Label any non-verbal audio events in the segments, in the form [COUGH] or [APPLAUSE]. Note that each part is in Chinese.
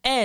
嘿，哎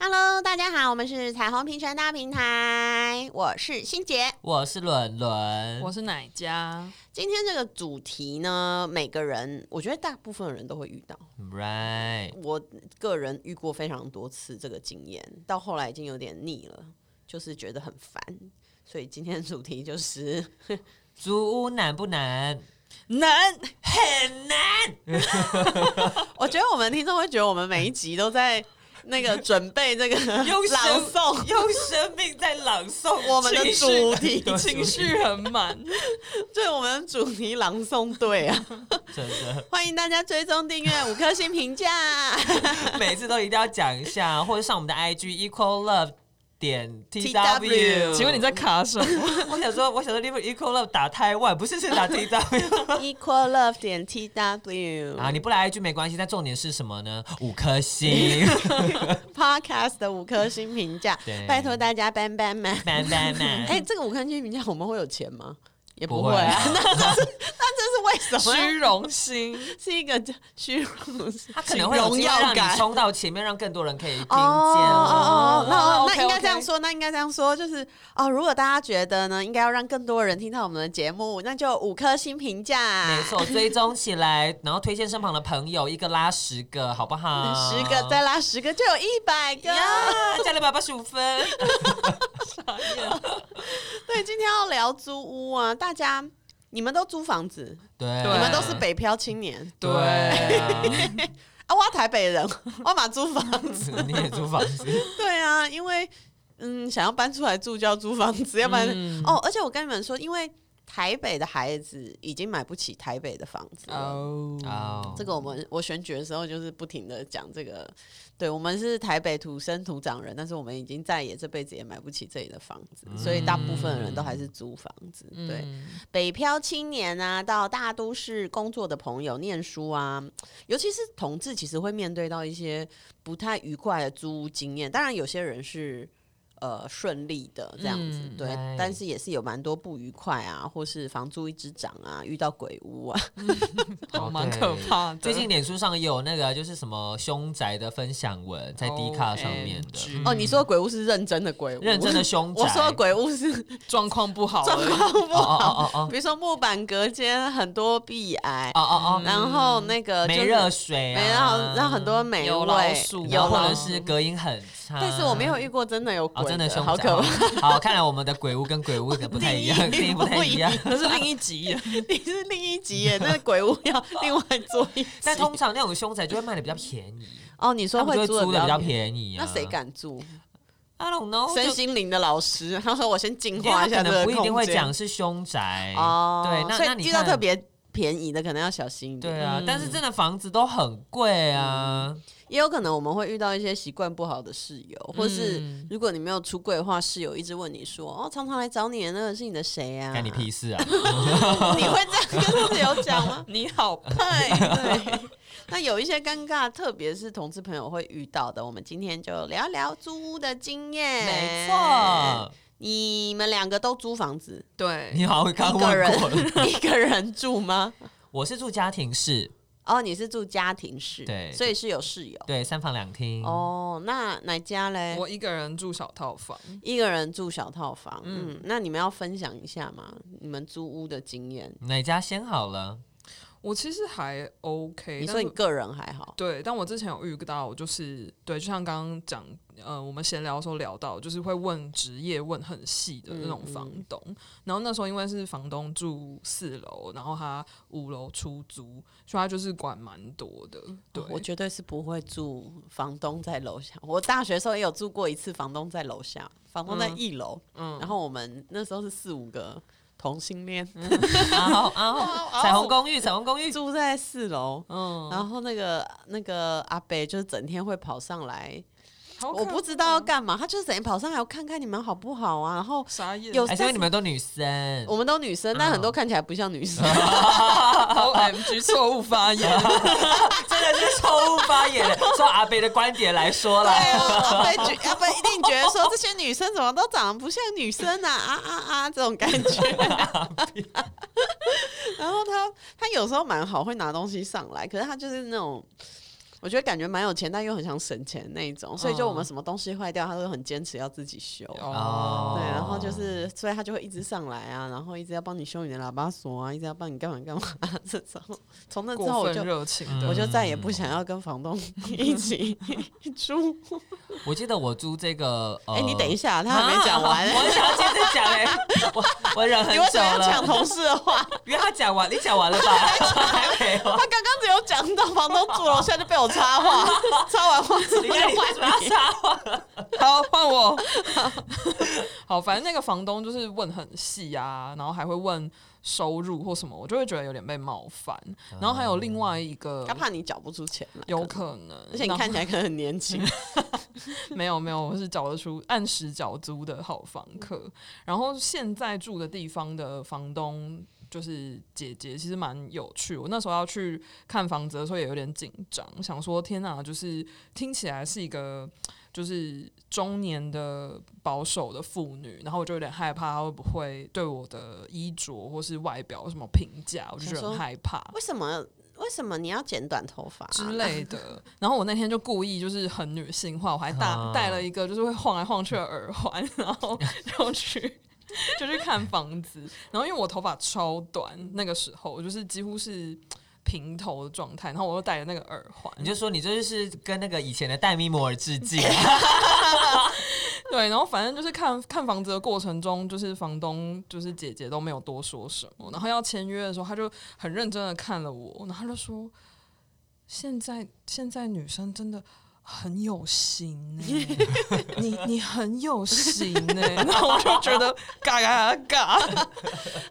Hello，大家好，我们是彩虹平权大平台，我是欣姐。我是伦伦，我是哪一家？今天这个主题呢，每个人我觉得大部分人都会遇到， right，我个人遇过非常多次这个经验，到后来已经有点腻了，就是觉得很烦。所以今天的主题就是 [LAUGHS] 租屋难不难？难，很难。我觉得我们听众会觉得我们每一集都在那个准备这 [LAUGHS] 个用生 [LAUGHS] 朗诵用生命在朗诵 [LAUGHS] 我们的情绪主题情绪很满。对我们的主题朗诵队 [LAUGHS] 啊，真的，欢迎大家追踪订阅五颗星评价每次都一定要讲一下，或者上我们的 IG equal love 点 T TW W。请问你在卡什么？我想说，我想说，你们 equal love 打台湾，不是是打 T W。 [LAUGHS] equal love 点 t w 啊，你不来 IG 没关系，但重点是什么呢？五颗 [LAUGHS] 星， podcast 的五颗星评价对，拜托大家 ban ban 们。慢慢慢。哎，这个五颗星评价我们会有钱吗？也不会会啊 [LAUGHS] 啊，那这 [LAUGHS] 是那这是为什么虚呢？荣 [LAUGHS] 心，是一个虚荣心，他可能会有荣机会耀让你感。冲到前面，让更多人可以听见。哦哦哦，那哦那，OK，OK 应该这样说，那应该这样说，就是哦，如果大家觉得呢，应该要让更多人听到我们的节目，那就五颗星评价，没错，追踪起来，然后推荐身旁的朋友，一个拉十个，好不好？十个再拉十个就有一百个。呀，加两百八十五分。对，今天要聊租屋啊，大家你们都租房子，对，对啊你们都是北漂青年对啊，啊，我台北人， [LAUGHS] 我嘛租 [LAUGHS] 房子。你也租房子，对啊，因为嗯，想要搬出来住就要租房子，要不然、嗯哦，而且我跟你们说，因为台北的孩子已经买不起台北的房子了。哦哦，这个我们我选举的时候就是不停的讲这个，对我们是台北土生土长人，但是我们已经再也这辈子也买不起这里的房子，嗯所以大部分人都还是租房子。对，北漂青年啊，到大都市工作的朋友、念书啊，尤其是同志，其实会面对到一些不太愉快的租屋经验。当然，有些人是呃顺利的这样子，嗯对哎，但是也是有蛮多不愉快啊，或是房租一直涨啊，遇到鬼屋啊，好蛮可怕的。最近脸书上也有那个就是什么凶宅的分享文，在 D 卡上面的， OMG 哦，你说的鬼屋是认真的鬼屋，嗯认真的。凶宅。我说的鬼屋是状况不好状了，况不哦哦好，哦哦比如说木板隔间很多壁癌，哦哦哦，然后那个就是没热水啊，没让让很多霉味，有老鼠有然啊后或老者鼠是隔音很差。但是我没有遇过真的有啊哦，鬼真的凶宅好可怕。 [LAUGHS] 哦好，看来我们的鬼屋跟鬼屋可不太一样，定义定义不太一样不一。 [LAUGHS] 那是另一集。啊你是另一集耶，那鬼屋 [LAUGHS] 要另外做一集。但通常那种凶宅就会卖的比较便 [LAUGHS] 宜，哦，你说他们就会租租的的比较宜，便宜啊。那谁？敢住？ I don't know，身就心灵的老师，他说我先净因为他化一下可这能个不一定会空间讲是凶宅哦。对，那所那以你遇到看特别便宜的，可能要小心一点。对啊嗯，但是真的房子都很贵啊。也有可能我们会遇到一些习惯不好的室友，或是嗯如果你没有出柜的话，室友一直问你说：“哦，常常来找你的那个是你的谁啊？”哦干你！屁 [LAUGHS] 事啊！你会这样跟室友讲吗？你好，对对，那有一些尴尬，特别是同志朋友会遇到的，我们今天就聊聊租屋的经验。没，错，你们两个都租房子，对，你好，我刚刚一个问过了。人 [LAUGHS] 一个人住 [LAUGHS] 吗？我是住家庭式，哦，你是住家庭式，对嗯所以是有室友。对，三房两厅。哦，那哪家嘞？我一个人住小套房，一个人住小套房，嗯嗯，那你们要分享一下吗？你们租屋的经验？哪家先好 [LAUGHS] 了？我其实还 OK。你但说是你个人还好，对，但我之前有遇到，就是对，就像刚刚讲，呃，我们闲聊的时候聊到，就是会问职业，问很细的那种嗯房东。然后那时候因为是房东住四楼，然后他五楼出租，所以他就是管蛮多的。对，哦我绝对是不会住房东在楼下。我大学的时候也有住过一次，房东在楼下，房东在一楼，嗯，然后我们那时候是四五个同性恋，嗯然后，然后彩虹公寓，彩虹公寓。住在四楼，嗯，然后那个那个阿北就是整天会跑上来。好哦可我不知道要干嘛，他就是等于跑上来我看看你们好不好啊，然后傻眼，有还是因为你们都女生？我们都女生，但很嗯多看起来不像女生， O M G 错误发言， [LAUGHS] 真的是错误发言的，从阿北的观点来说啦。对啊，被觉，要不然一定觉得说这些女生怎么都长得不像女生啊啊啊啊这种感觉。 [LAUGHS] 然后他他有时候蛮好，会拿东西上来，可是他就是那种。我觉得感觉蛮有钱，但又很想省钱那一种，所以就我们什么东西坏掉，他都很坚持要自己修。哦，啊对，然后就是，所以他就会一直上来啊，然后一直要帮你修你的喇叭锁啊，一直要帮你干嘛干嘛、这种。从那之后过我分就热情我的，就再也不想要跟房东一起 [LAUGHS] 住。我记得我租这个，哎哎、你等一下，他还没讲完。啊 [LAUGHS] 我想要接着讲哎，我我忍很 [LAUGHS] 你为什久么要抢 [LAUGHS] 了，同事的话？因为他讲完，你讲完 [LAUGHS] 了吧？还没有他。刚刚只有讲到房东住楼下就被我插话， [LAUGHS] 插完话之后 [LAUGHS] 你就看你为什么换要你。插话？ [LAUGHS] [LAUGHS] 好换我。 [LAUGHS] 好，反正那个房东就是问很细啊，然后还会问收入或什么，我就会觉得有点被冒犯。然后还有另外一个他，啊怕你缴不出钱来，有可能，而且你看起来可能很年轻。 [LAUGHS] 没有没有，我是找得出按时缴租的好房客。然后现在住的地方的房东就是姐姐，其实蛮有趣。我那时候要去看房子的时候也有点紧张，想说天哪，就是听起来是一个就是中年的保守的妇女，然后我就有点害怕她会不会对我的衣着或是外表有什么评价，我就觉想得说很害怕。为什么？为什么你要剪短头发、啊之类的。 [LAUGHS] 啊然后我那天就故意就是很女性化，我还戴戴了一个就是会晃来晃去的耳环， [LAUGHS] 然后就去就去看房子。然后因为我头发超短，那个时候我就是几乎是平头的状态，然后我又戴了那个耳环，你就说你这就是跟那个以前的戴米摩尔致 [LAUGHS] 敬，对，然后反正就是看看房子的过程中，就是房东就是姐姐都没有多说什么，然后要签约的时候，他就很认真的看了我，然后他就说：“现在现在女生真的。”很有型欸 [LAUGHS] 你你很有型呢、然后我就觉得嘎嘎 [LAUGHS] 嘎，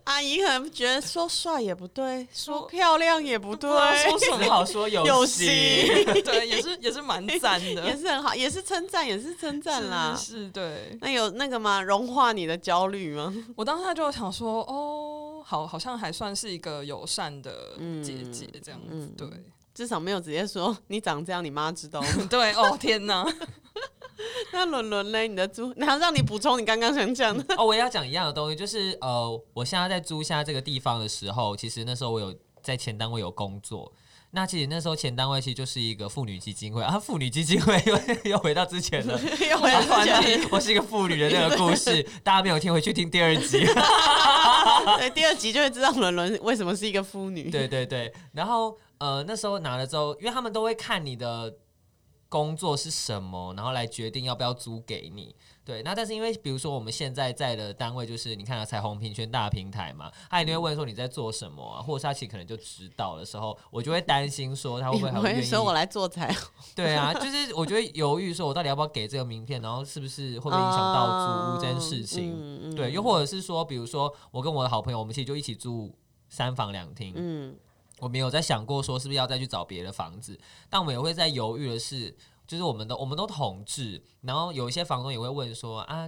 阿姨可能觉得说帅也不对，说说漂亮也不对，不知道说什只么，好说有有戏戏对，也是也是蛮赞的，也是很好，也是称赞，也是称赞啦。是是，对，那有那个吗？融化你的焦虑吗？ [LAUGHS] 我当时就想说，哦，好，好像还算是一个友善的姐姐这样子，嗯对、 [LAUGHS] 至少没有直接说你长这样，你妈知道吗？对，哦天哪， [LAUGHS] 那伦伦嘞，你的猪，然后让你补充你刚刚想讲的， [LAUGHS] 哦，我也要讲一样的东西，就是呃，我现在在租下这个地方的时候，其实那时候我有在前单位有工作。那其实那时候前单位其实就是一个妇女基金会啊，妇女基金会 [LAUGHS] 又又回到之前了。 [LAUGHS] 又回来团讲体， [LAUGHS] 我是一个妇女的那个故事，大家没有听回去听第二集。 [LAUGHS] 对，第二集就会知道伦伦为什么是一个妇女。对对对，然后呃那时候拿了之后，因为他们都会看你的工作是什么，然后来决定要不要租给你。对，那但是因为比如说我们现在在的单位就是你看到彩虹平权大平台嘛，他一定会问说你在做什么、啊，或者是他其实可能就知道的时候，我就会担心说他会你不会还不会愿会说我意？来做菜，对啊，就是我就会犹豫说我到底要不要给这个名片，然后是不是会不会影响到租屋这件事情？嗯对，又或者是说，比如说我跟我的好朋友，我们其实就一起住三房两厅，嗯，我们有在想过说是不是要再去找别的房子，但我们也会在犹豫的是，就是我们的我们都同志，然后有一些房东也会问说啊，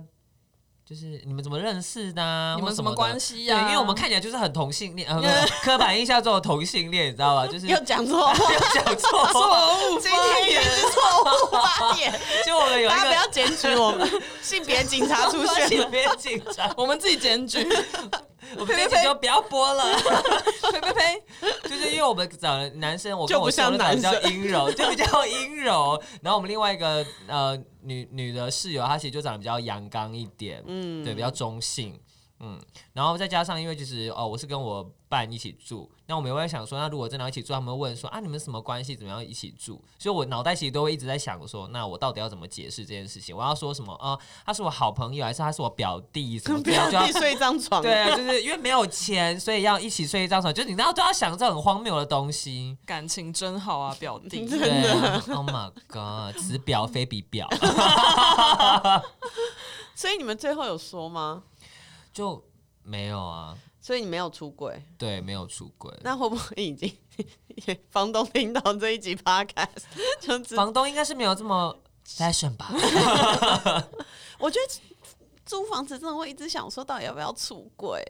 就是你们怎么认识的、啊？你或们什什么么的关系啊对，呀、因为我们看起来就是很同性恋，呃，不是刻板印象中的同性恋，你知道吧？ [LAUGHS] 就是嗯又讲错话，讲错话，错误今发天也言，是错误发言，就我们有一大家不个要检举我 [LAUGHS] 们，性别警察出关系现了。别紧 [LAUGHS] 张，我们自己检举，我们这集就不要播了。呸呸呸，就是因为我们长得男生，我跟就我不像兄弟长得比男较生阴柔，就比较阴柔。然后我们另外一个呃女女的室友，她其实就长得比较阳刚一点，嗯对，比较中性，嗯。然后再加上因为就是哦，我是跟我伴一起住，那我们也会想说，那如果真的要一起住，他们会问说啊，你们什么关系，怎么样一起住？所以我脑袋其实都会一直在想说，那我到底要怎么解释这件事情？我要说什么啊、他是我好朋友，还是他是我表弟？什么跟之类的表就要弟睡一张床，对，啊，就是因为没有钱，所以要一起睡一张床，就是你知道都要想这种荒谬的东西。感情真好啊，表 [LAUGHS] 弟，对啊，Oh my god，此表非彼表，所以你们最后有说吗？就没有啊，所以你没有出轨，对，没有出轨。那会不会已 [LAUGHS] 经房东听到这一集 podcast 就知道房东应该是没有这么 fashion 吧，我觉得租房子真的会一直想说，到底要不要出柜、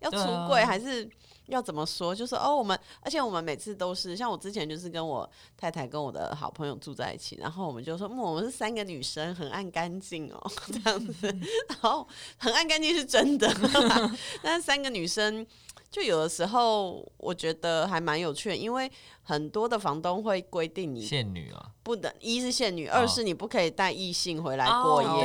要对啊出柜还是要怎么说？就是哦，我们而且我们每次都是像我之前就是跟我太太跟我的好朋友住在一起，然后我们就说，嗯，我们是三个女生，很爱干净哦， [LAUGHS] 这样子，然后很爱干净是真的， [LAUGHS] 但是三个女生。就有的时候，我觉得还蛮有趣的，因为很多的房东会规定你现女啊，不能，一是限女，二是你不可以带异性回来过夜。哦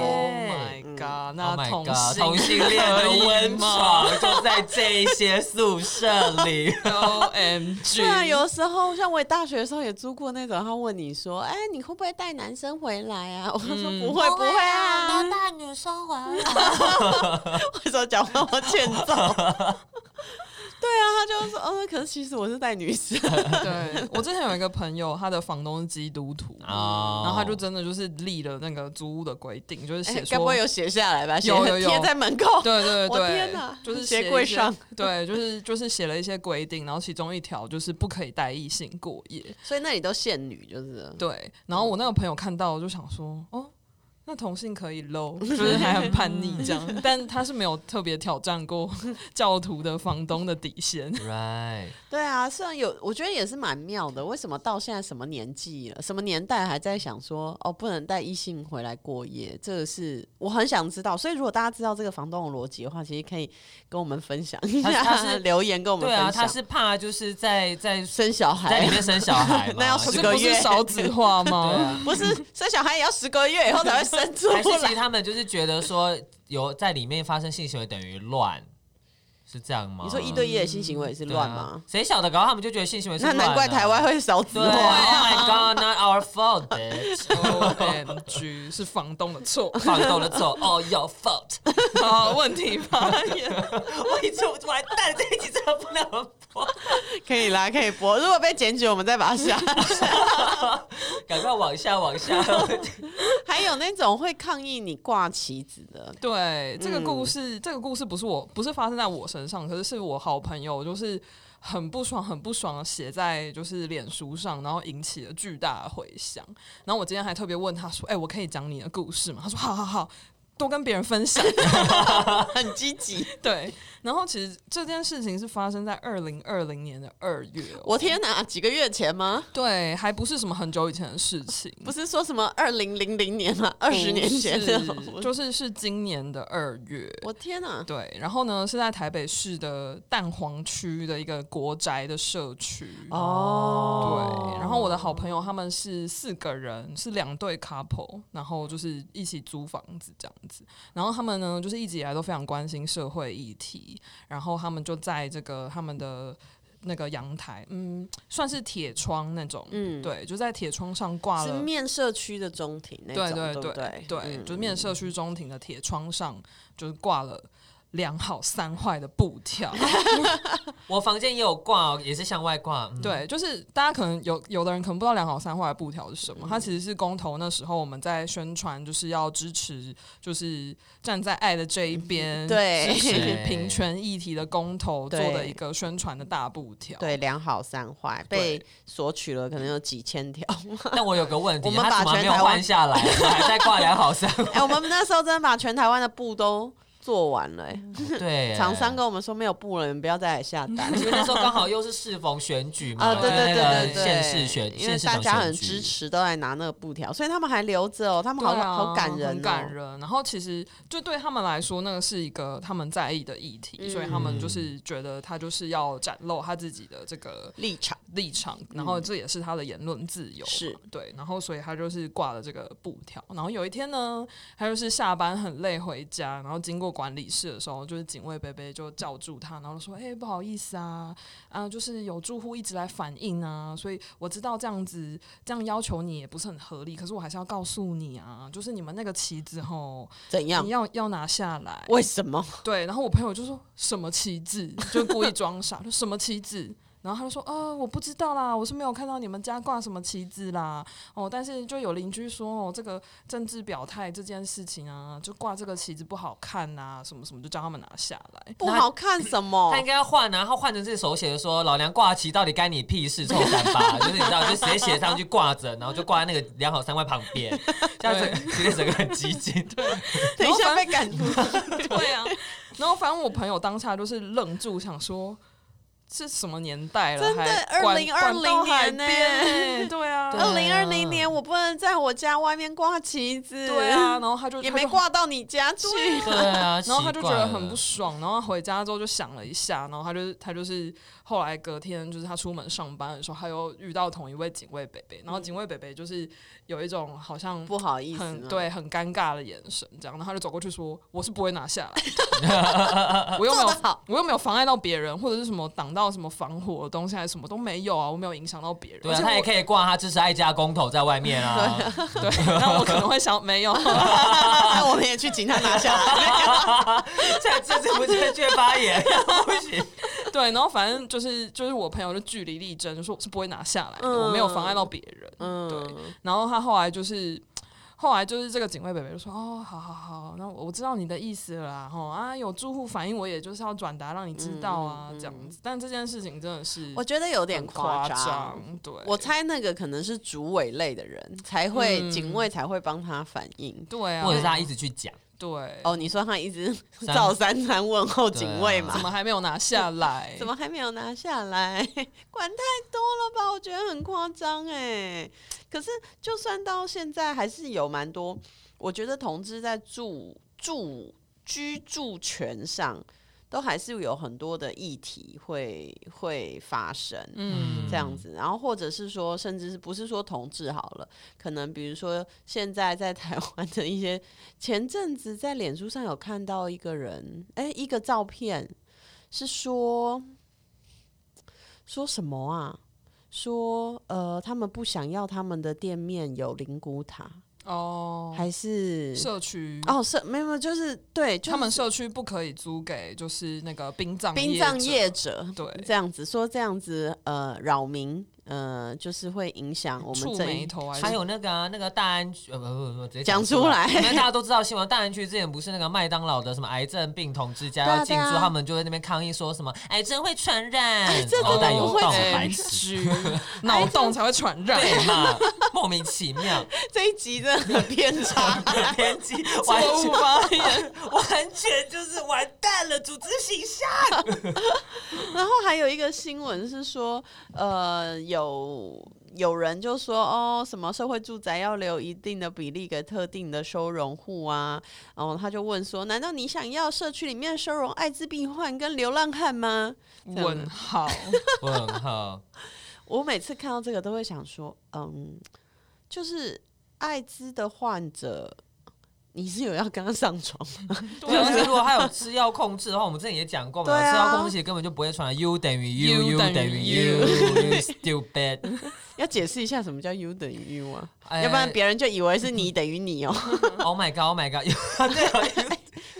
my 嗯 god！ Oh 那 my 同 god，同性恋的温床就在这一些宿舍里。 O M [LAUGHS] G！对啊，有的时候像我也大学的时候也租过那种，他问你说：“哎、你会不会带男生回来啊？”我 [LAUGHS] 说：“嗯不会，不会哦啊。 [LAUGHS] 带女生回来。”为什么讲话我欠揍？对啊，他就说：“嗯，可是其实我是带女生。对我之前有一个朋友，他的房东是基督徒，哦 [LAUGHS] 然后他就真的就是立了那个租屋的规定，就是哎写该说不会有写下来吧？写有有有贴在门口。对对 [LAUGHS] 我对，天哪就是鞋写一柜些上，对，就是就是写了一些规定，然后其中一条就是不可以带异性过夜，所以那里都限女，就是了对。然后我那个朋友看到就想说，哦，那同性可以喽，就是还很叛逆这样， [LAUGHS] 但他是没有特别挑战过 [LAUGHS] 教徒的房东的底线。 Right，对啊，虽然有，我觉得也是蛮妙的。为什么到现在什么年纪了，什么年代还在想说哦，不能带异性回来过夜？这个是我很想知道。所以如果大家知道这个房东的逻辑的话，其实可以跟我们分享一他他下，是留言跟我们对分享。啊，他是怕就是在在生小在里孩，面生小 [LAUGHS] 孩嘛，那要哦就是啊十可是不个是月少子 [LAUGHS] 化对吗？啊不是生小孩也要十个月以后才会生出还是其实来。他们就是觉得说有在里面发生性行为等于乱，是这样吗？你说一对一的性行为是对啊乱吗？？谁晓得？搞不好他们就觉得性行为是那乱啊、难怪台湾会少子对化。 ，Oh my God，not our fault，bitch [LAUGHS] O 哦 M G 是房东的错，放走了走，All your fault。 [LAUGHS] 好问题发言。我一出完蛋，这一集真的不能播，可以啦，可以播。如果被检举，我们再把它下 [LAUGHS] 赶快往下往下。还有那种会抗议你挂旗子的，对，这个故嗯事，这个故事不是我，不是发生在我身上，可是是我好朋友，就是很不爽，很不爽，写在就是脸书上，然后引起了巨大的回响。然后我今天还特别问他说：“哎、我可以讲你的故事吗？”他说：“好好好。”多跟别人分享，很积极。对。然后其实这件事情是发生在二零二零年的二月、哦我，天哪，几个月前吗？对，还不是什么很久以前的事情，不是说什么二零零零年吗？二十年前不的 [LAUGHS] 哦是，就是是今年的二月。我天哪！对，然后呢是在台北市的蛋黄区的一个国宅的社区。哦对，然后我的好朋友他们是四个人，是两对 couple，然后就是一起租房子这样子。然后他们呢，就是一直以来都非常关心社会议题，然后他们就在这个他们的那个阳台，嗯，算是铁窗那种，嗯，对，就在铁窗上挂是了面社区的中庭那种，对对对不对对，嗯就是面社区中庭的铁窗上，就是挂了两好三坏的布条。我房间也有挂、哦，也是向外挂。嗯、对，就是大家可能有有的人可能不知道两好三坏的布条是什么，嗯它其实是公投那时候我们在宣传，就是要支持，就是站在爱的这一 [LAUGHS] 边，对支持对平权议题的公投做的对一个宣传的大布条。对，良好三坏对被索取了，可能有几千条。但我有个问题，我们他把怎么全没有台湾换下来？我还在挂良好三。 [LAUGHS] [LAUGHS] 哎、我们那时候真的把全台湾的布都做完了、哎对，厂商跟我们说没有布了，你们不要再来下 [LAUGHS] 单。因为那时候刚好又是适逢选举嘛，啊，对就是对那对对个对，县市选，因为县市大长家选很举支持，都在拿那个布条，所以他们还留着哦，他们对好、啊、好感人、哦，很感人。然后其实就对他们来说，那个是一个他们在意的议题，嗯所以他们就是觉得他就是要展露他自己的这个立场。立场，然后这也是他的言论自由嗯嘛，是对。然后所以他就是挂了这个布条。然后有一天呢，他就是下班很累回家，然后经过管理室的时候，就是警卫贝贝就叫住他，然后说：“哎、不好意思啊，啊，就是有住户一直来反映啊，所以我知道这样子这样要求你也不是很合理，可是我还是要告诉你啊，就是你们那个旗子吼，怎样你？要要拿下来。为什么？对，然后我朋友就说什么旗子，就故意装傻，就什么旗子。然后他就说：“哦，我不知道啦，我是没有看到你们家挂什么旗子啦。哦，但是就有邻居说，哦，这个政治表态这件事情啊，就挂这个旗子不好看呐、什么什么，就叫他们拿下 [LAUGHS] 来。不好看什么他？应该要换啊，然后换成是手写的说“老娘挂旗，到底干你屁事？”臭三八，就是你知道，就直接写上去挂着，然后就挂在那个良好三观旁边，这样子其实整个很激进。 [LAUGHS] 对， [LAUGHS] 等一下被赶出去。对啊， [LAUGHS] 然后反正我朋友当下就是愣住，想说这什么年代了，真的还管2020管到海年呢边 [LAUGHS] 呢对啊，对二零二零年我不能在我家外面挂旗子，对啊，，然后他就也他就没挂到你家去。对啊，然后他就奇觉怪得了很不爽，然后回家之后就想了一下，然后他就他就是后来隔天就是他出门上班的时候，他又遇到同一位警卫北北，然后警卫北北就是有一种好像不好意思啊很嘛，对很尴尬的眼神，这样，然后他就走过去说：“我是不会拿下来的，我又没有做得 [LAUGHS] 好我又没有妨碍到别人，或者是什么挡到什么防火的东西还是什么都没有啊，我没有影响到别人，对而啊，且他也我可以挂他支持爱家公投在外面啊。 [LAUGHS] [LAUGHS] 对，那我可能会想没有。”那我们也去请他拿下 [LAUGHS] 来。在政治不正确发言， [LAUGHS] 不行。 [LAUGHS] 对，然后反正就是就是我朋友就据理力争，说我是不会拿下来的，嗯我没有妨碍到别人。对，嗯，然后他后来就是。后来就是这个警卫北北就说：“哦，好好好，那我我知道你的意思了啦，吼啊，有住户反映，我也就是要转达让你知道啊，嗯嗯嗯这样子。但这件事情真的是我觉得有有点夸张。，对，我猜那个可能是主委类的人才会，嗯警卫才会帮他反应。对啊，或者是他一直去讲，对，哦，你说他一直三照三餐问候对啊警卫嘛怎？么还没有拿下 [LAUGHS] 来？怎么还没有拿下来？ [LAUGHS] 管太多了吧？我觉得很夸张哎。可是就算到现在，还是有蛮多，我觉得同志在住住居住权上，都还是有很多的议题会会发生。嗯这样子，然后或者是说，甚至是不是说同志好了？可能比如说，现在在台湾的一些，前阵子在脸书上有看到一个人，哎、一个照片是说说什么啊？说呃，他们不想要他们的店面有灵骨塔，哦，还是社区哦是没有没有，就是对，就是他们社区不可以租给就是那个殡葬殡葬者业者，对这样子说，这样子呃扰民，呃就是会影响我们触这眉一头还是还有那个啊，那个大安区，呃，不不不，直接讲出出来因为大家都知道新闻，大安区之前不是那个麦当劳的什么癌症病童之家对啊要进驻，对啊哎他们就在那边抗议说什么癌症会传染，这脑真袋的有不会洞，传白染 [LAUGHS] 痴， [LAUGHS] 脑洞才会传染。对嘛，莫名其 [LAUGHS] 妙，这一集真的很偏 [LAUGHS] 差，偏激，完错误全发言，完全就是完蛋了，组织形象。然后还有一个新闻是说，呃，有有人就说哦，什么社会住宅要留一定的比例给特定的收容户啊，然后他就问说，难道你想要社区里面收容艾滋病患跟流浪汉吗？样问 [LAUGHS] 号，问号，我每次看到这个都会想说，嗯，就是艾滋的患者，你是有要跟他上床吗？对，啊而且如果他有吃药控制的话，我们之前也讲过嘛，啊对啊吃药控制其实根本就不会传 U 等于 U U，U 等等于于 [LAUGHS] U，You stupid，要解释一下什么叫 U 等于 U 啊？哎要不然别人就以为是你等于你哦， Oh my god，Oh my god， [LAUGHS]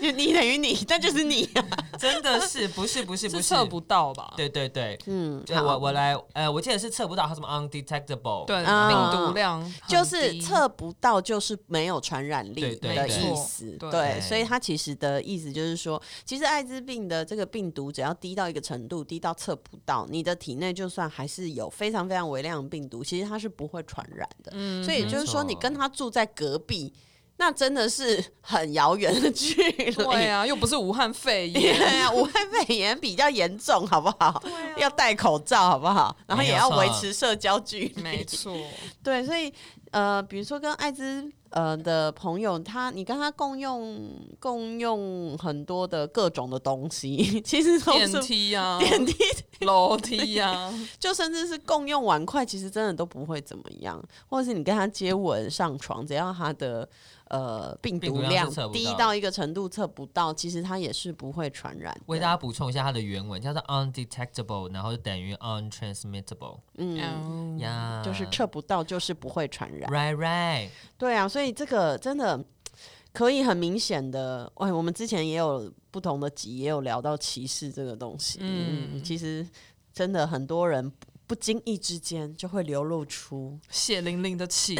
就你等于你， [LAUGHS] 但就是你、啊。真的是不是不是不是是测不到吧？对对对，嗯， [LAUGHS] 对我我来，呃，我记得是测不到它什么 undetectable，对，嗯病毒量很低就是测不到，就是没有传染对力对的对意思。对对所以它其实的意思就是说，其实艾滋病的这个病毒只要低到一个程度，低到测不到，你的体内就算还是有非常非常微量的病毒，其实它是不会传染的。嗯所以也就是没错说，你跟他住在隔壁，那真的是很遥远的距离。[LAUGHS] 对啊，又不是武汉肺炎，对啊，武汉肺炎比较严重，好不好？啊要戴口罩，好不好？然后也要维持社交距离。没错，对，所以呃，比如说跟艾滋呃的朋友，他你跟他共用共用很多的各种的东西， [LAUGHS] 其实都电是梯啊，电梯，楼梯啊，就甚至是共用碗筷，其实真的都不会怎么样。或者是你跟他接吻、上床，只要他的呃病病毒毒量量是测不低到到一个程度测不到，其实他也是不会传染为的。大家补充一下它的原文，叫做 undetectable，然后等于 untransmittable，嗯，呀、就是测不到，就是不会传染。 right right，对啊，所以这个真的可以很明显的，哎，我们之前也有不同的集也有聊到歧视这个东西，嗯，嗯其实真的很多人不不经意之间就会流露出血淋淋的气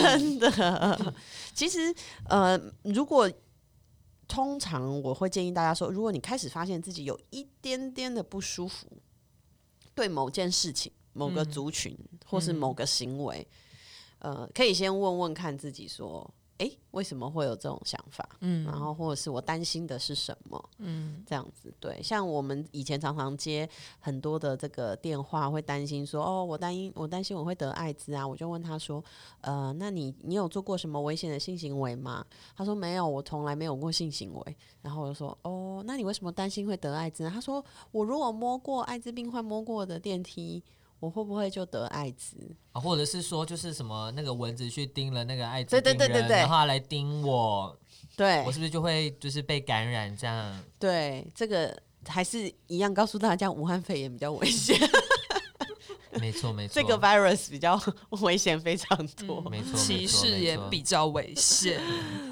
[LAUGHS] 真的。其实，呃，如果通常我会建议大家说，如果你开始发现自己有一点点的不舒服，对某件事情、某个族群、或是某个行为，呃，可以先问问看自己说。诶，为什么会有这种想法？嗯，然后或者是我担心的是什么？嗯，这样子对。像我们以前常常接很多的这个电话，会担心说，哦，我担心我担心我会得艾滋啊，我就问他说，呃，那你你有做过什么危险的性行为吗？他说没有，我从来没有过性行为。然后我就说，哦，那你为什么担心会得艾滋呢？他说，我如果摸过艾滋病患摸过的电梯，我会不会就得艾滋？啊，或者是说就是什么那个蚊子去叮了那个艾滋对对病人，对对对然后它来叮我，对，我是不是就会就是被感染这样？对，这个还是一样告诉大家，武汉肺炎比较危险，没错没错，嗯这个 virus 比较 [LAUGHS] 危险非常多。没错，歧视也比较危险。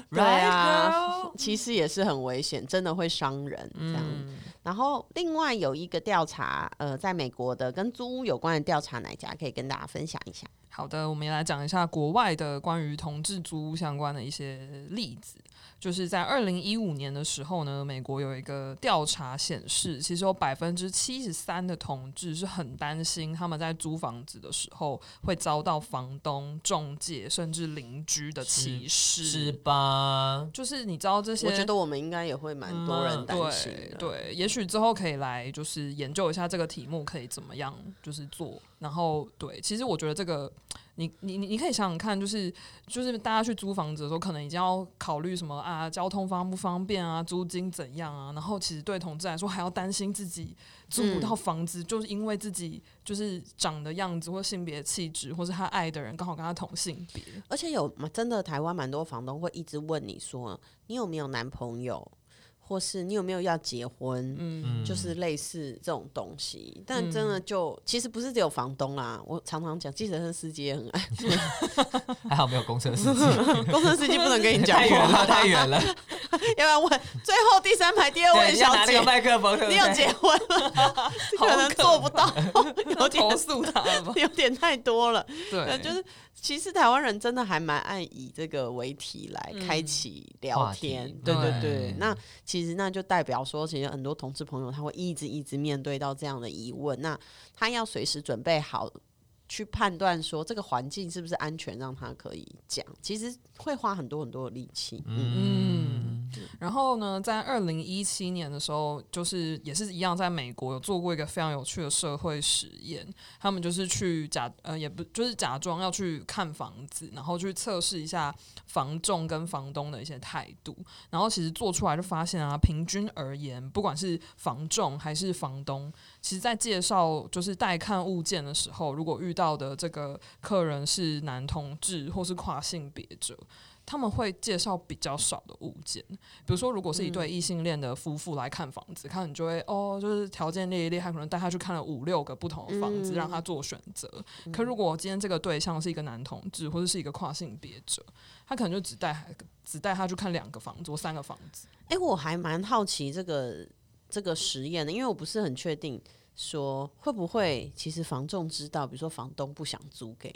对 Right, 啊 girl？其实也是很危险，真的会伤人这样。嗯，然后另外有一个调查，呃，在美国的跟租屋有关的调查，哪一家可以跟大家分享一下？好的，我们也来讲一下国外的关于同志租屋相关的一些例子。就是在二零一五年的时候呢，美国有一个调查显示，其实有百分之七十三的同志是很担心他们在租房子的时候会遭到房东、中介甚至邻居的歧视。是吧？就是你知道这些，我觉得我们应该也会蛮嗯多人担心嗯对的。对，也许之后可以来就是研究一下这个题目可以怎么样就是做，然后对，其实我觉得这个你你你你可以想想看，就是就是大家去租房子的时候，可能已经要考虑什么啊，交通方不方便啊，租金怎样啊，然后其实对同志来说还要担心自己租不嗯到房子，就是因为自己就是长的样子或性别气质，或是他爱的人刚好跟他同性别，而且有真的台湾蛮多房东会一直问你说，你有没有男朋友，或是你有没有要结婚？嗯，就是类似这种东西，但真嗯的就、其实不是只有房东啦，我常常讲，计程车司机也很爱，还好没有公车司机，公车司机不能 [LAUGHS] 跟你讲太远了话，太远了，要不然问最后第三排第 [LAUGHS] 二对，位你要小拿那姐个，麦克风，对不 [LAUGHS] 你有对结婚吗？可能做不到， [LAUGHS] 有投点，诉他吧有点太多了。对，就是其实台湾人真的还蛮爱以这个为题来开启聊天，嗯话题对对对对。那其实那就代表说，其实很多同志朋友他会一直一直面对到这样的疑问，那他要随时准备好。去判断说这个环境是不是安全，让他可以讲，其实会花很多很多的力气。嗯，嗯，然后呢，在二零一七年的时候，就是也是一样，在美国有做过一个非常有趣的社会实验，他们就是去假呃，也不就是假装要去看房子，然后去测试一下房仲跟房东的一些态度，然后其实做出来就发现啊，平均而言，不管是房仲还是房东，其实在介绍就是带看物件的时候，如果遇到的这个客人是男同志或是跨性别者，他们会介绍比较少的物件，比如说，如果是一对异性恋的夫妇来看房子，看你就会哦，就是条件列一列，还可能带他去看了五六个不同的房子，嗯让他做选择。可如果今天这个对象是一个男同志或者是一个跨性别者，他可能就只带只带他去看两个房子或三个房子。哎、我还蛮好奇这个这个实验的，因为我不是很确定说会不会其实房仲知道，比如说房东不想租给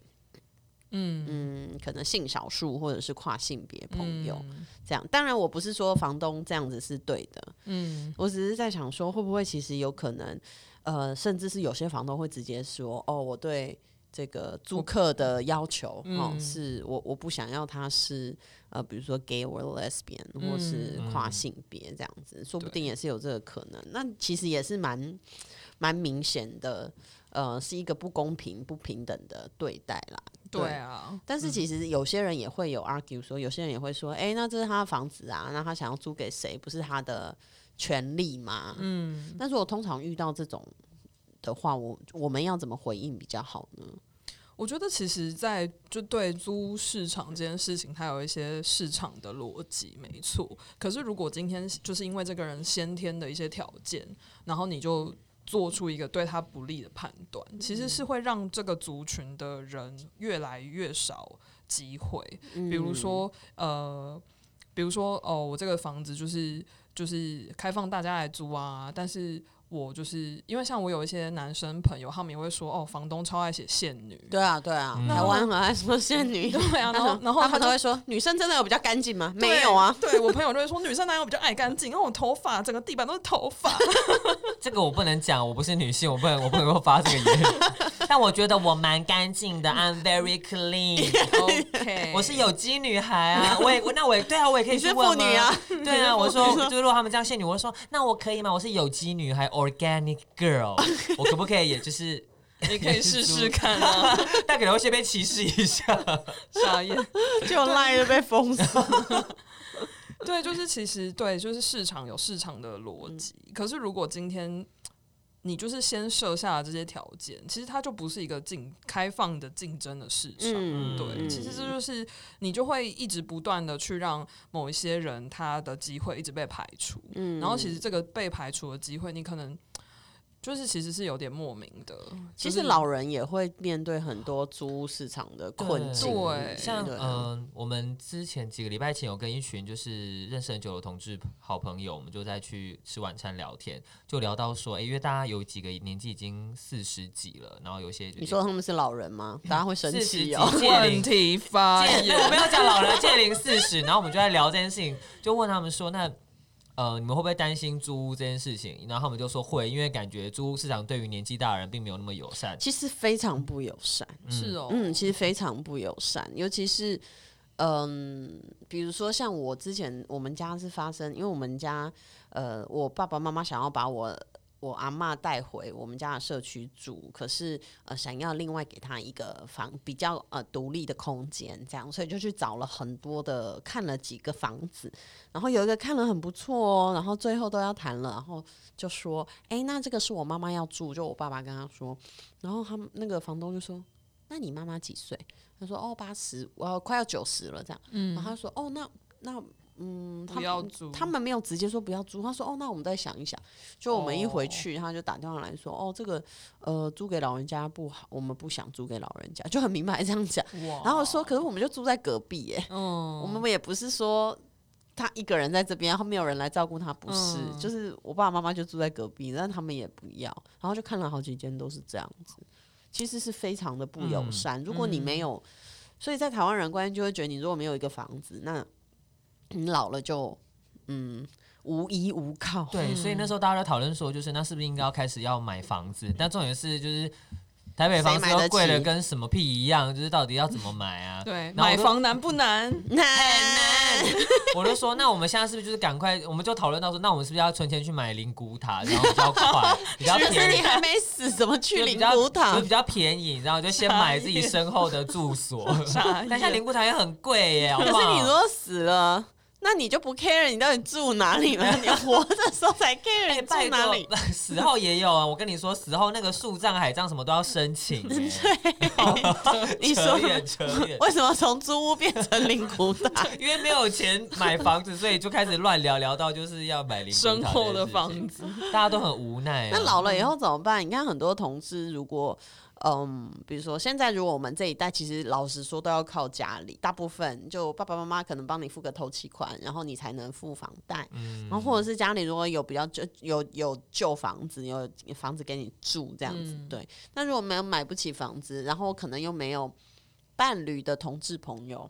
嗯，嗯，可能性少数或者是跨性别朋友、嗯这样。当然，我不是说房东这样子是对的，嗯，我只是在想说，会不会其实有可能，呃，甚至是有些房东会直接说，哦，我对这个租客的要求，哦，嗯是我我不想要他是呃，比如说 gay or lesbian 或是嗯跨嗯性别这样子，说不对定也是有这个可能。那其实也是蛮蛮明显的。呃，是一个不公平、不平等的对待啦。对啊，但是其实有些人也会有 argue 说，有些人也会说，哎、那这是他的房子啊，那他想要租给谁，不是他的权利吗？嗯，但是我通常遇到这种的话，我我们要怎么回应比较好呢？我觉得其实，在就对租市场这件事情，它有一些市场的逻辑，没错。可是如果今天就是因为这个人先天的一些条件，然后你就做出一个对他不利的判断，其实是会让这个族群的人越来越少机会。比嗯如说，呃，比如说，哦，我这个房子就是就是开放大家来租啊，但是我就是因为像我有一些男生朋友，他们也会说哦，房东超爱写限女，对啊，对啊，嗯台湾很爱说仙女， [LAUGHS] [LAUGHS] 对啊，然后然后他们就都会说女生真的有比较干净吗？对没有 [LAUGHS] 啊，对我朋友就会说女生哪有比较爱干净，因为哦我头发整个地板都是头发，这个我不能讲，我不是女性，我不能，我不能够发这个言。 [LAUGHS] 但我觉得我蛮干净的，I'm very [LAUGHS] clean， OK，我是有机女孩啊。我也，我那我也对啊，我也可以你去是问妇女啊 [LAUGHS] 吗，对啊，我说，就是如果他们这样限女，我就说那我可以吗？我是有机女孩，organic girl，我可不可以？也就是 [LAUGHS] 你可以试试看啊，但可能会先被歧视一下。傻眼。就赖就被封死。对，就是其实对，就是市场有市场的嗯逻辑。可是如果今天你就是先设下了这些条件，其实它就不是一个竞开放的竞争的市场。嗯对，嗯其实这就是你就会一直不断的去让某一些人他的机会一直被排除，嗯然后其实这个被排除的机会，你可能就是其实是有点莫名的。 [LAUGHS] 其就是实老人也会面对很多租屋市场的困境，对呃像对嗯、我们之前几个礼拜前有跟一群就是认识很久的同志好朋友，我们就在去吃晚餐聊天，就聊到说，哎、因为大家有几个年纪已经四十几了，然后有些就你说他们是老人吗？大家会生四十气几哦。届问龄。题发届言，我没有讲老人届龄四十，然后我们就在聊这件事情，就问他们说，那呃，你们会不会担心租屋这件事情？然后他们就说会，因为感觉租屋市场对于年纪大的人并没有那么友善。其实非常不友善，是哦，嗯，其实非常不友善，尤其是嗯，比如说像我之前我们家是发生，因为我们家呃，我爸爸妈妈想要把我。我阿嬷带回我们家的社区住，可是呃想要另外给她一个房比较呃独立的空间，这样，所以就去找了很多的看了几个房子，然后有一个看了很不错哦，然后最后都要谈了，然后就说，哎，那这个是我妈妈要住，就我爸爸跟他说，然后他们那个房东就说：“那你妈妈几岁？”他说：“哦，八十，我快要九十了。”这样，然后他说：“哦，那那嗯，他不要租，他们没有直接说不要租，他说：“哦，那我们再想一想。”就我们一回去，他就打电话来说：“哦，这个呃，租给老人家不好，我们不想租给老人家。”就很明白这样讲。哦哇然后我说：“可是我们就住在隔壁耶，嗯我们也不是说。”他一个人在这边，然后没有人来照顾他，不是？嗯就是我爸爸妈妈就住在隔壁，但他们也不要，然后就看了好几间都是这样子，其实是非常的不友嗯善。如果你没有，所以在台湾人观念就会觉得，你如果没有一个房子，那你老了就嗯无依无靠。 [LAUGHS] 对，所以那时候大家都讨论说，就是那是不是应该要开始要买房子？但重点是，就是台北房子谁买得都起贵的跟什么屁一样，就是到底要怎么买啊？对，然后我买就房难不难？ [LAUGHS] 那我就说，那我们现在是不是就是赶快？我们就讨论到说，那我们是不是要存钱去买灵骨塔，然后比较快，比较可是便你宜，还没死，怎么去就比灵较骨就塔比？较便宜，然后就先买自己身后的住所。傻但像眼灵骨塔也很贵耶，好可不是好？你如果死了，那你就不 care 你到底住哪里 [LAUGHS] 了，你活着的时候才 care 你哎拜住哪里。托？ [LAUGHS] 死后也有啊！我跟你说，死后那个树葬、海葬什么都要申 [LAUGHS] 请耶。你扯说远扯远，为什么从租屋变成灵骨 [LAUGHS] 塔？因为没有钱买房子，所以就开始乱聊，聊到就是要买零身后的房子，子，大家都很无奈、啊。那老了以后怎么办？你看很多同志，如果嗯，比如说现在，如果我们这一代，其实老实说都要靠家里，大部分就爸爸妈妈可能帮你付个头期款，然后你才能付房贷，嗯嗯然后或者是家里如果有比较旧有有旧房子，有房子给你住这样子，嗯对。那如果没有买不起房子，然后可能又没有伴侣的同志朋友，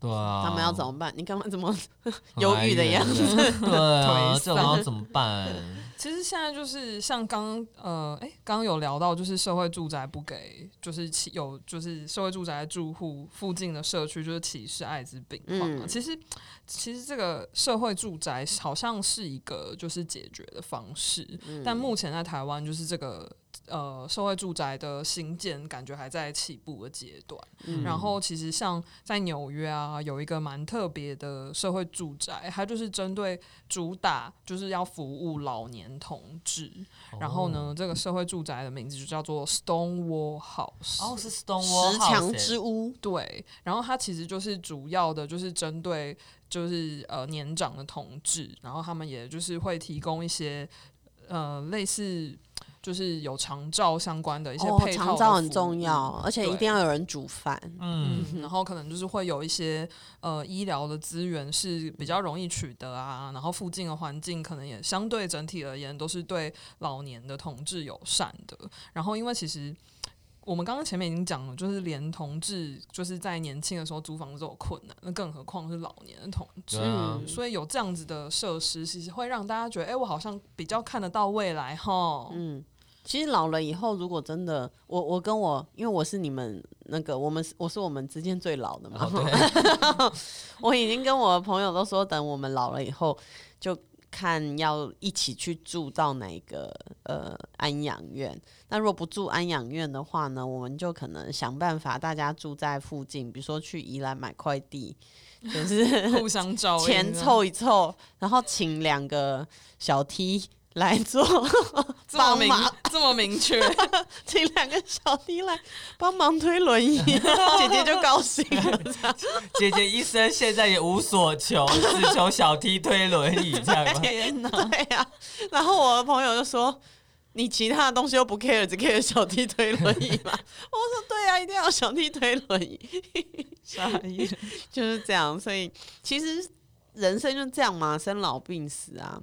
对啊，他们要怎么办？你干嘛这么很忧郁的样哀怨？对啊， [LAUGHS] 颓丧这种要怎么办？ [LAUGHS] 其实现在就是像刚呃，哎、刚刚有聊到，就是社会住宅不给，就是歧有就是社会住宅住户附近的社区就是歧视艾滋病患嘛。嗯其实其实这个社会住宅好像是一个就是解决的方式，但目前在台湾就是这个。呃，社会住宅的兴建感觉还在起步的阶段。然后，其实像在纽约啊，有一个蛮特别的社会住宅，它就是针对主打就是要服务老年同志。哦然后呢，这个社会住宅的名字就叫做 Stonewall House。哦，是 Stone Wall 十强 House 欸之耶屋？对，然后它其实就是主要的，就是针对就是呃年长的同志，然后他们也就是会提供一些呃类似就是有长照相关的一些哦，配套、长照很重要，，而且一定要有人煮饭。嗯，嗯，然后可能就是会有一些呃医疗的资源是比较容易取得啊，然后附近的环境可能也相对整体而言都是对老年的同志友善的。然后因为其实我们刚刚前面已经讲了，就是连同志就是在年轻的时候租房子都有困难，那更何况是老年的同志。对啊嗯所以有这样子的设施，其实会让大家觉得，哎、我好像比较看得到未来哈。嗯，其实老了以后，如果真的，我我跟我，因为我是你们那个，我们是我是我们之间最老的 [LAUGHS] 嘛哦，对， [LAUGHS] 我已经跟我的朋友都说，等我们老了以后，就看要一起去住到哪个呃安养院。那如果不住安养院的话呢，我们就可能想办法，大家住在附近，比如说去宜兰买块地，就是 [LAUGHS] 互相照应钱这样凑一凑，然后请两个小 T 来做 [LAUGHS] 这么帮明忙，这么 [LAUGHS] 明确，请两个小 T 来帮忙推轮椅， [LAUGHS] 姐姐就高兴了。姐姐医生现在也无所求，只求小 T 推轮椅这样吗？天哪！对呀、然后我的朋友就说：“你其他的东西又不 care，只 care 小 T 推轮椅 [LAUGHS] 嘛？”我说：“对啊，一定要有小 T 推轮椅，傻眼。就是这样。”所以其实人生就这样嘛，生老病死啊，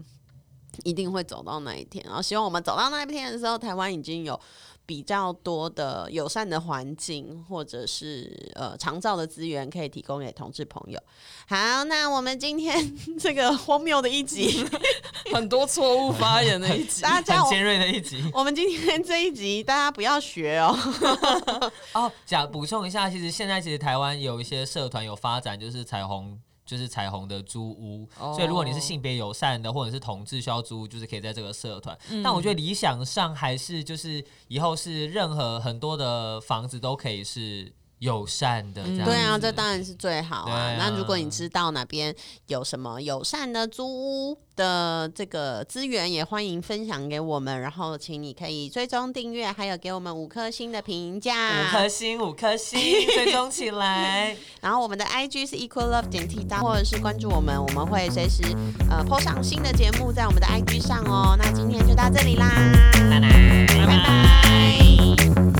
一定会走到那一天。然啊后希望我们走到那一天的时候，台湾已经有。比较多的友善的环境，或者是呃长照的资源，可以提供给同志朋友。好，那我们今天这个荒谬的一 [LAUGHS] 集，很多错误发言的一 [LAUGHS] 集。大家很尖锐的一集。 [LAUGHS] 我们今天这一集大家不要学哦，哦，想补充一下，其实现在其实台湾有一些社团有发展，就是彩虹。就是彩虹的租屋 [LAUGHS] 哦所以如果你是性别友善的，或者是同志需要租屋，就是可以在这个社团。但嗯我觉得理想上还是就是以后是任何很多的房子都可以是友善的这嗯样子。对啊，这当然是最好啊。对啊那如果你知道哪边有什么友善的租屋的这个资源，也欢迎分享给我们。然后，请你可以追踪订阅，还有给我们五颗星的评五颗价。星，五颗 [LAUGHS] 星，追踪起来。然后，我们的 IG 是 equal love 点 t 大，或者是关注我们，我们会随时呃 po 上新的节目在我们的 IG 上哦。那今天就到这里啦，拜拜，拜拜